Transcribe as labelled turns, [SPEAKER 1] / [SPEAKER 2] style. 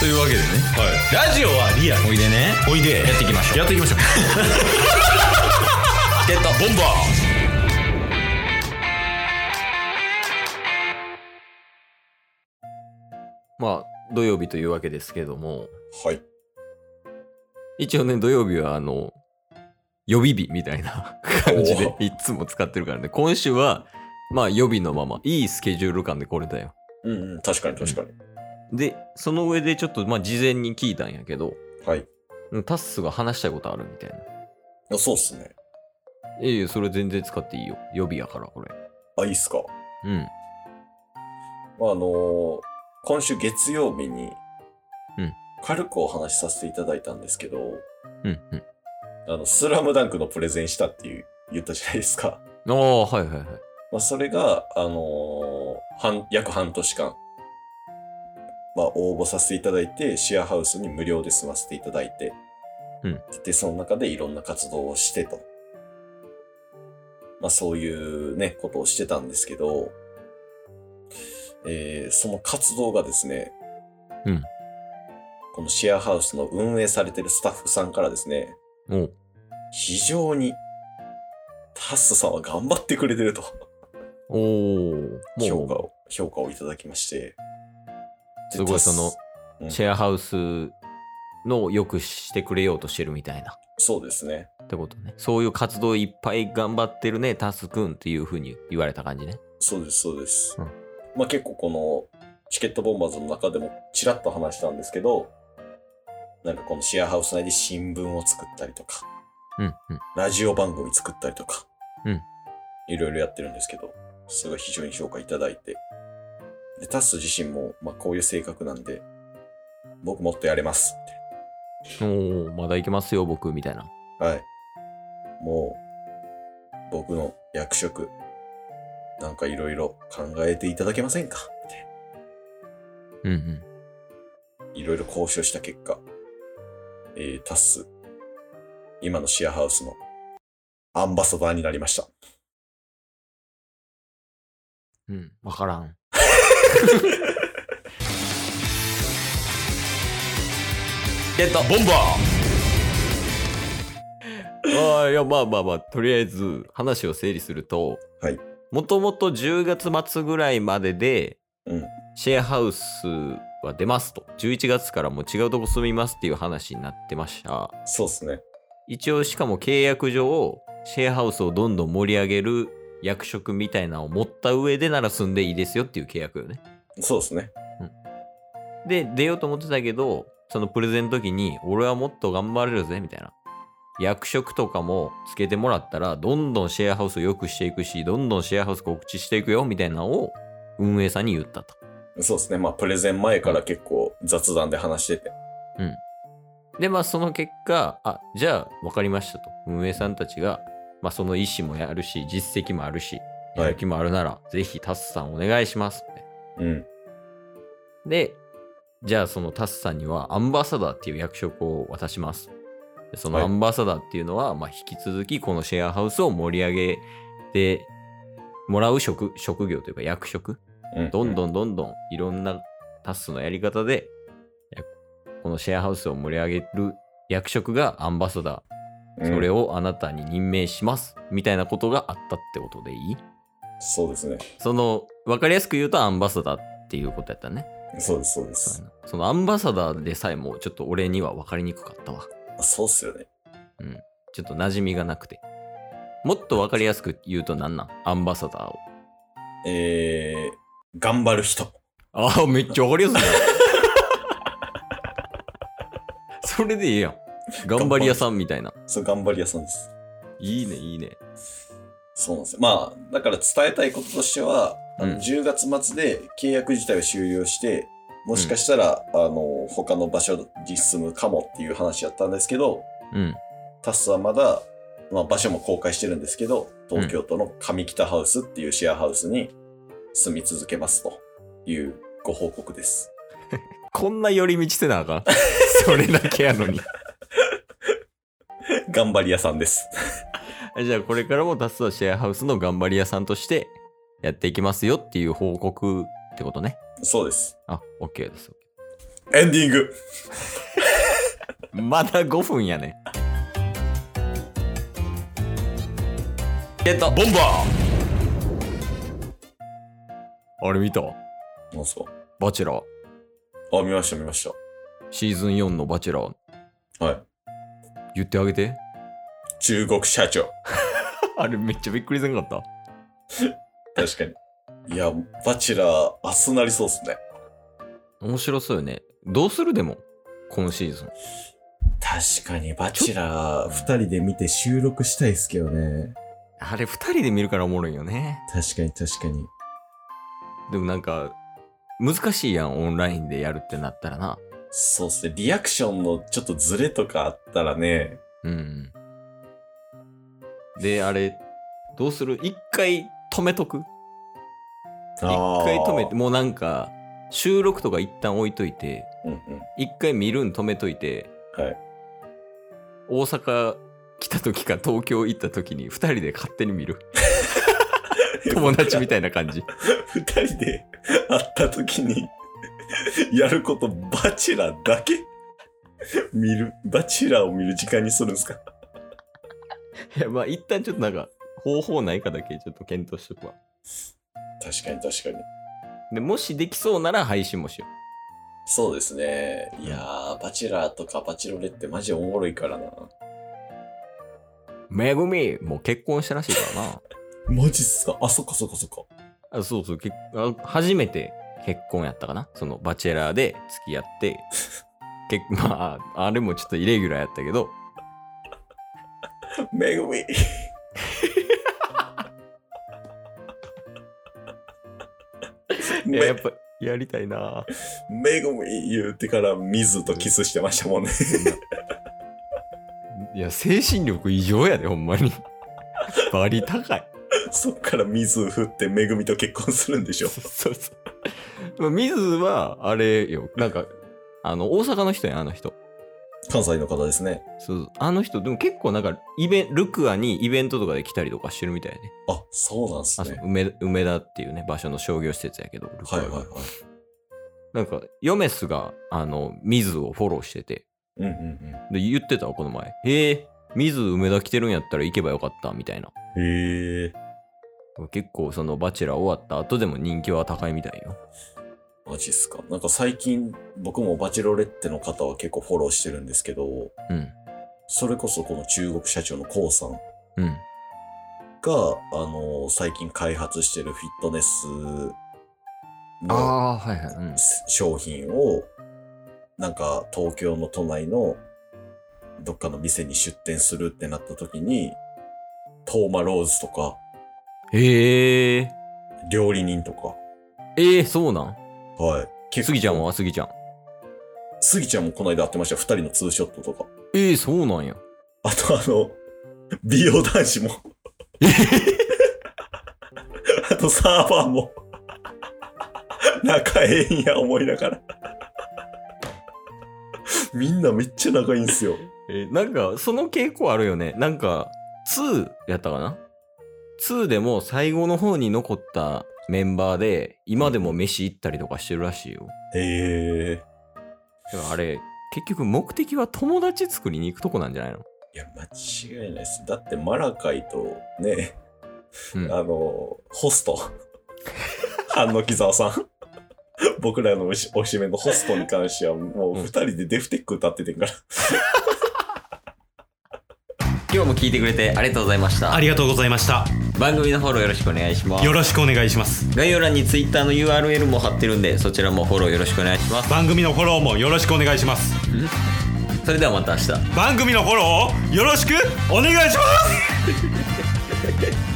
[SPEAKER 1] というわけでね
[SPEAKER 2] はい。ラジオはリアル。
[SPEAKER 1] おいでね
[SPEAKER 2] おいで。
[SPEAKER 1] やっていきましょう
[SPEAKER 2] やっていきましょう。
[SPEAKER 1] ゲットボンバ
[SPEAKER 3] まあ、土曜日というわけですけども、
[SPEAKER 2] はい。
[SPEAKER 3] 一応ね、土曜日はあの、予備日みたいな感じで、いつも使ってるからね、今週は、まあ予備のまま、いいスケジュール感でこれだよ。
[SPEAKER 2] うんうん。確かに確かに。
[SPEAKER 3] で、その上でちょっと、まあ事前に聞いたんやけど、
[SPEAKER 2] はい。
[SPEAKER 3] タッスが話したいことあるみたいな。
[SPEAKER 2] あそうっすね。
[SPEAKER 3] いやいや、それ全然使っていいよ。予備やから、これ。
[SPEAKER 2] あ、いいっすか。
[SPEAKER 3] うん。
[SPEAKER 2] まあ、あのー今週月曜日に、
[SPEAKER 3] うん
[SPEAKER 2] 軽くお話しさせていただいたんですけど、
[SPEAKER 3] うん、うん。
[SPEAKER 2] あの、スラムダンクのプレゼンしたっていう、言ったじゃないですか。
[SPEAKER 3] ああ、はいはいはい。
[SPEAKER 2] まあ、それが、あのー半、約半年間、まあ、応募させていただいて、シェアハウスに無料で済ませていただいて、
[SPEAKER 3] うん
[SPEAKER 2] で、その中でいろんな活動をしてと。まあ、そういうね、ことをしてたんですけど、えーその活動がですね、
[SPEAKER 3] うん
[SPEAKER 2] このシェアハウスの運営されてるスタッフさんからですね、
[SPEAKER 3] おう
[SPEAKER 2] 非常に、タッスさんは頑張ってくれてると。
[SPEAKER 3] おー
[SPEAKER 2] 評価
[SPEAKER 3] も
[SPEAKER 2] を、評価をいただきまして。
[SPEAKER 3] う、すごいその、
[SPEAKER 2] の
[SPEAKER 3] シェアハウスの良くしてくれようとしてるみたいな。
[SPEAKER 2] そうですね。
[SPEAKER 3] ってことね。そういう活動いっぱい頑張ってるね、タスくんっていうふうに言われた感じね。
[SPEAKER 2] そうです、そうです。
[SPEAKER 3] うん
[SPEAKER 2] まあ結構この、チケットボンバーズの中でもちらっと話したんですけど、なんかこのシェアハウス内で新聞を作ったりとか、
[SPEAKER 3] うん、うん。
[SPEAKER 2] ラジオ番組作ったりとか、
[SPEAKER 3] うん
[SPEAKER 2] いろいろやってるんですけど、それが非常に評価いただいて、でタス自身も、まあこういう性格なんで、僕もっとやれますって。
[SPEAKER 3] おーまだいけますよ、僕、みたいな。
[SPEAKER 2] はい。もう、僕の役職、なんかいろいろ考えていただけませんかみたい
[SPEAKER 3] うん、うん。
[SPEAKER 2] ないろいろ交渉した結果、えー、タッス、今のシェアハウスのアンバサダーになりました。
[SPEAKER 3] うん、わからん。ゲットボンバーああいやまあまあまあとりあえず話を整理すると
[SPEAKER 2] はい
[SPEAKER 3] もともと10月末ぐらいまでで
[SPEAKER 2] うん。
[SPEAKER 3] シェアハウスは出ますと11月からもう違うとこ住みますっていう話になってました
[SPEAKER 2] そうですね。
[SPEAKER 3] 一応しかも契約上シェアハウスをどんどん盛り上げる役職みたいなのを持った上でなら住んでいいですよっていう契約よね
[SPEAKER 2] そうですね。
[SPEAKER 3] で、出ようと思ってたけど、そのプレゼンの時に、俺はもっと頑張れるぜ、みたいな。役職とかもつけてもらったら、どんどんシェアハウスを良くしていくし、どんどんシェアハウス告知していくよ、みたいなのを運営さんに言ったと。
[SPEAKER 2] そうですね。まあ、プレゼン前から結構雑談で話してて。
[SPEAKER 3] で、まあその結果、あ、じゃあ分かりましたと。運営さんたちが、まあその意思もやるし、実績もあるし、
[SPEAKER 2] はい
[SPEAKER 3] やる気もあるなら、ぜひタスさんお願いしますって。
[SPEAKER 2] うん。
[SPEAKER 3] で、じゃあそのタスさんにはアンバサダーっていう役職を渡します。でその
[SPEAKER 2] はい
[SPEAKER 3] アンバサダーっていうのは、まあ引き続きこのシェアハウスを盛り上げてもらう職職業というか役職。
[SPEAKER 2] うん。
[SPEAKER 3] どん
[SPEAKER 2] ん。
[SPEAKER 3] どんどんどんいろんなタスのやり方で、やこのシェアハウスを盛り上げる役職がアンバサダー。それ
[SPEAKER 2] を。
[SPEAKER 3] をあなたに任命します。みたいなことがあったってことでいい
[SPEAKER 2] そうですね。
[SPEAKER 3] その、わかりやすく言うとアンバサダーっていうことやったね。
[SPEAKER 2] そうです、そうで
[SPEAKER 3] そう
[SPEAKER 2] す。
[SPEAKER 3] やなそのアンバサダーでさえもちょっと俺には分かりにくかったわ。
[SPEAKER 2] そうっすよね。
[SPEAKER 3] うん。ちょっと馴染みがなくて。もっと分かりやすく言うとなんなんアンバサダーを。
[SPEAKER 2] えー、頑張る人。
[SPEAKER 3] ああ、めっちゃ分かりやすいな。それでいいやん。頑張り屋さんみたいな。
[SPEAKER 2] そう、頑張り屋さんです。
[SPEAKER 3] いいね、いいね。
[SPEAKER 2] そうなんですよ。まあ、だから伝えたいこととしては、あの
[SPEAKER 3] うん
[SPEAKER 2] 10月末で契約自体を終了して、もしかしたら、あの、他の場所に住むかもっていう話やったんですけど、
[SPEAKER 3] うん。
[SPEAKER 2] タスはまだ、まあ、場所も公開してるんですけど、東京都の上北ハウスっていうシェアハウスに住み続けますというご報告です。
[SPEAKER 3] こんな寄り道してなあか ん。それだけやのに。
[SPEAKER 2] 頑張り屋さ んです。
[SPEAKER 3] じゃあこれからも多数はシェアハウスの頑張り屋さんとしてやっていきますよっていう報告ってことね。
[SPEAKER 2] そうです。
[SPEAKER 3] あ、OK です。
[SPEAKER 2] エンディング
[SPEAKER 3] まだ5分やね。えっと、
[SPEAKER 2] ボンバ
[SPEAKER 3] あれ見た
[SPEAKER 2] ーなんすか
[SPEAKER 3] バチェラー。
[SPEAKER 2] あ、見ました見まし
[SPEAKER 3] シーズン4のバチェラー。
[SPEAKER 2] た。はい。
[SPEAKER 3] 言ってあげて。
[SPEAKER 2] 中国社長。
[SPEAKER 3] あれめっちゃびっくりせんかった。
[SPEAKER 2] 確かに。いや、バチェラー、明日なりそうっすね。
[SPEAKER 3] 面白そうよね。どうするでも、今シーズン。
[SPEAKER 2] 確かに、バチェラー、二人で見て収録したいっすけどね。
[SPEAKER 3] あれ2人で見るからおもろいよね。
[SPEAKER 2] 確かに確かに。
[SPEAKER 3] でもなんか、難しいやん、オンラインでやるってなったらな。
[SPEAKER 2] そうっすね。リアクションのちょっとズレとかあったらね。
[SPEAKER 3] うん。で、あれ、どうする一回止めとく
[SPEAKER 2] 一
[SPEAKER 3] 一回止めて、。もうなんか、収録とか一旦置いといて、
[SPEAKER 2] うんうん。
[SPEAKER 3] 一回見るん止めといて、
[SPEAKER 2] はい
[SPEAKER 3] 大阪来た時か東京行った時に二人で勝手に見 る友達みたいな感じ
[SPEAKER 2] 二人で会った時に やることバチェラーだけ見るバチェラーを見る時間にするんですか
[SPEAKER 3] いやまあ一旦ちょっとなんか方法ないかだけちょっと検討しとくわ
[SPEAKER 2] 確かに確かに
[SPEAKER 3] でもしできそうなら配信もしよ
[SPEAKER 2] そうですねいやーバチェラーとかバチェロレってマジおもろいからな
[SPEAKER 3] うめぐみもう結婚したらしいから な
[SPEAKER 2] マジっすかあそっかそっかそっか
[SPEAKER 3] あそうそう結あ初めて結婚やったかなそのバチェラーで付き合って 結まああれもちょっとイレギュラーやったけど
[SPEAKER 2] めぐみ
[SPEAKER 3] いややっぱやりたいな
[SPEAKER 2] めぐみ言うてから水とキスしてましたも ん ね
[SPEAKER 3] いや、精神力異常やで、ほんまに。 バリ高い。
[SPEAKER 2] そっから水振ってめぐみと結婚するんでしょ
[SPEAKER 3] そうそう。まあ、水は、あれよ、なんか、あの、大阪の人やん、あの人。
[SPEAKER 2] 関西の方ですね
[SPEAKER 3] そう、あの人、でも結構なんか、イベン、ルクアにイベントとかで来たりとかしてるみたいで、ね。
[SPEAKER 2] あそうなんす
[SPEAKER 3] あ、そう
[SPEAKER 2] ね、
[SPEAKER 3] 梅、梅田っていうね、場所の商業施設やけど、ルクア
[SPEAKER 2] はい
[SPEAKER 3] が
[SPEAKER 2] はいはい
[SPEAKER 3] なんか、ヨメスが、あの、水をフォローしてて、
[SPEAKER 2] うんうん
[SPEAKER 3] で、言ってたわ、この前。へえ、水梅田来てるんやったら行けばよかった、みたいな。
[SPEAKER 2] うんへえ
[SPEAKER 3] 結構、その、バチェラー終わった後でも人気は高いみたいよ。
[SPEAKER 2] マジっすか。なんか最近僕もバチェロレッテの方は結構フォローしてるんですけど、
[SPEAKER 3] うん。
[SPEAKER 2] それこそこの中国社長のコウさんが、
[SPEAKER 3] うん。
[SPEAKER 2] あの最近開発してるフィットネスの
[SPEAKER 3] ああ、はいはい。うん、
[SPEAKER 2] 商品を、なんか東京の都内のどっかの店に出店するってなった時に、トーマローズとか、
[SPEAKER 3] へえ。
[SPEAKER 2] 料理人とか、
[SPEAKER 3] ええそうなん
[SPEAKER 2] はい。結
[SPEAKER 3] ス
[SPEAKER 2] 構
[SPEAKER 3] ギちゃんはスギちゃん。
[SPEAKER 2] スギちゃんもこの間会ってました。二人のツーショットとか。
[SPEAKER 3] ええそうなんや。
[SPEAKER 2] あとあの、美容男子も。あとサーファーも。仲ええんや思いながら。みんなめっちゃ仲いいんすよ。
[SPEAKER 3] えなんか、その傾向あるよね。なんか、2やったかな ?2 でも最後の方に残ったメンバーで、今でも飯行ったりとかしてるらしいよ。
[SPEAKER 2] へえ
[SPEAKER 3] でもあれ、結局目的は友達作りに行くとこなんじゃないの
[SPEAKER 2] いや、間違いないです。だってマラカイとね、
[SPEAKER 3] うん
[SPEAKER 2] あの、ホスト。半の木沢さん。僕らのおしおしめのホストに関してはもう二人でデフテック歌っててんから。
[SPEAKER 3] 今日も聞いてくれてありがとうございました
[SPEAKER 1] ありがとうございました。
[SPEAKER 3] 番組のフォローよろしくお願いします
[SPEAKER 1] よろしくお願いします。
[SPEAKER 3] 概要欄に Twitter の URL も貼ってるんで、そちらもフォローよろしくお願いします。
[SPEAKER 1] 番組のフォローもよろしくお願いします。
[SPEAKER 3] それではまた明日。
[SPEAKER 1] 番組のフォローをよろしくお願いします